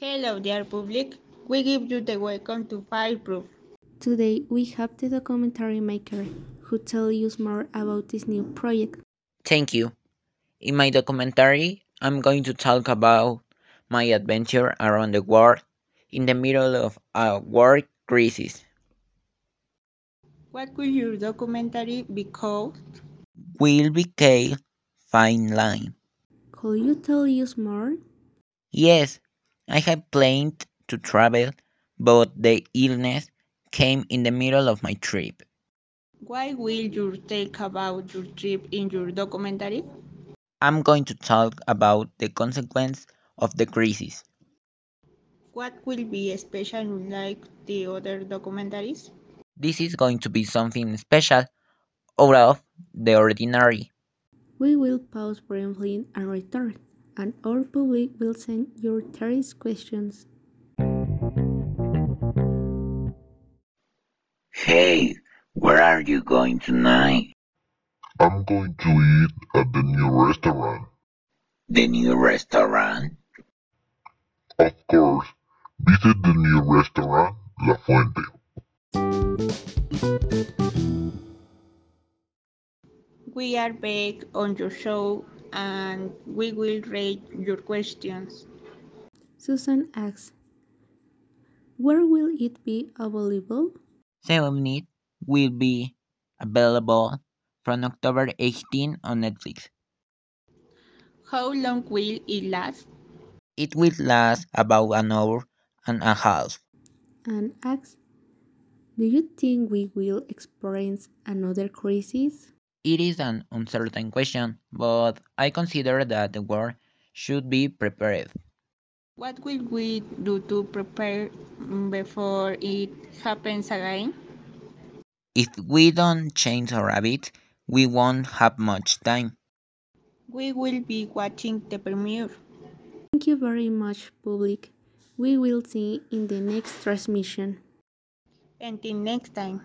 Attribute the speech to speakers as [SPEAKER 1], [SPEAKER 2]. [SPEAKER 1] Hello, dear public. We give you the welcome to Fireproof.
[SPEAKER 2] Today we have the documentary maker who tell us more about this new project.
[SPEAKER 3] Thank you. In my documentary, I'm going to talk about my adventure around the world in the middle of a world crisis.
[SPEAKER 1] What could your documentary be called?
[SPEAKER 3] Will become fine line.
[SPEAKER 2] Could you tell us more?
[SPEAKER 3] Yes, I had planned to travel, but the illness came in the middle of my trip.
[SPEAKER 1] Why will you talk about your trip in your documentary?
[SPEAKER 3] I'm going to talk about the consequence of the crisis.
[SPEAKER 1] What will be special like the other documentaries?
[SPEAKER 3] This is going to be something special out of the ordinary.
[SPEAKER 2] We will pause briefly and return, and our public will send your 30 questions.
[SPEAKER 4] Hey, where are you going tonight?
[SPEAKER 5] I'm going to eat at the new restaurant.
[SPEAKER 4] The new restaurant?
[SPEAKER 5] Of course, visit the new restaurant, La Fuente.
[SPEAKER 1] We are back on your show and we will read your questions.
[SPEAKER 2] Susan asks, Where will it be available?
[SPEAKER 3] Seventh will be available from October 18 on Netflix.
[SPEAKER 1] How long will it last?
[SPEAKER 3] It will last about an hour and a half.
[SPEAKER 2] And asks, Do you think we will experience another crisis?
[SPEAKER 3] It is an uncertain question, but I consider that the world should be prepared.
[SPEAKER 1] What will we do to prepare before it happens again?
[SPEAKER 3] If we don't change our habits, we won't have much time.
[SPEAKER 1] We will be watching the premiere.
[SPEAKER 2] Thank you very much, public. We will see in the next transmission.
[SPEAKER 1] Until next time.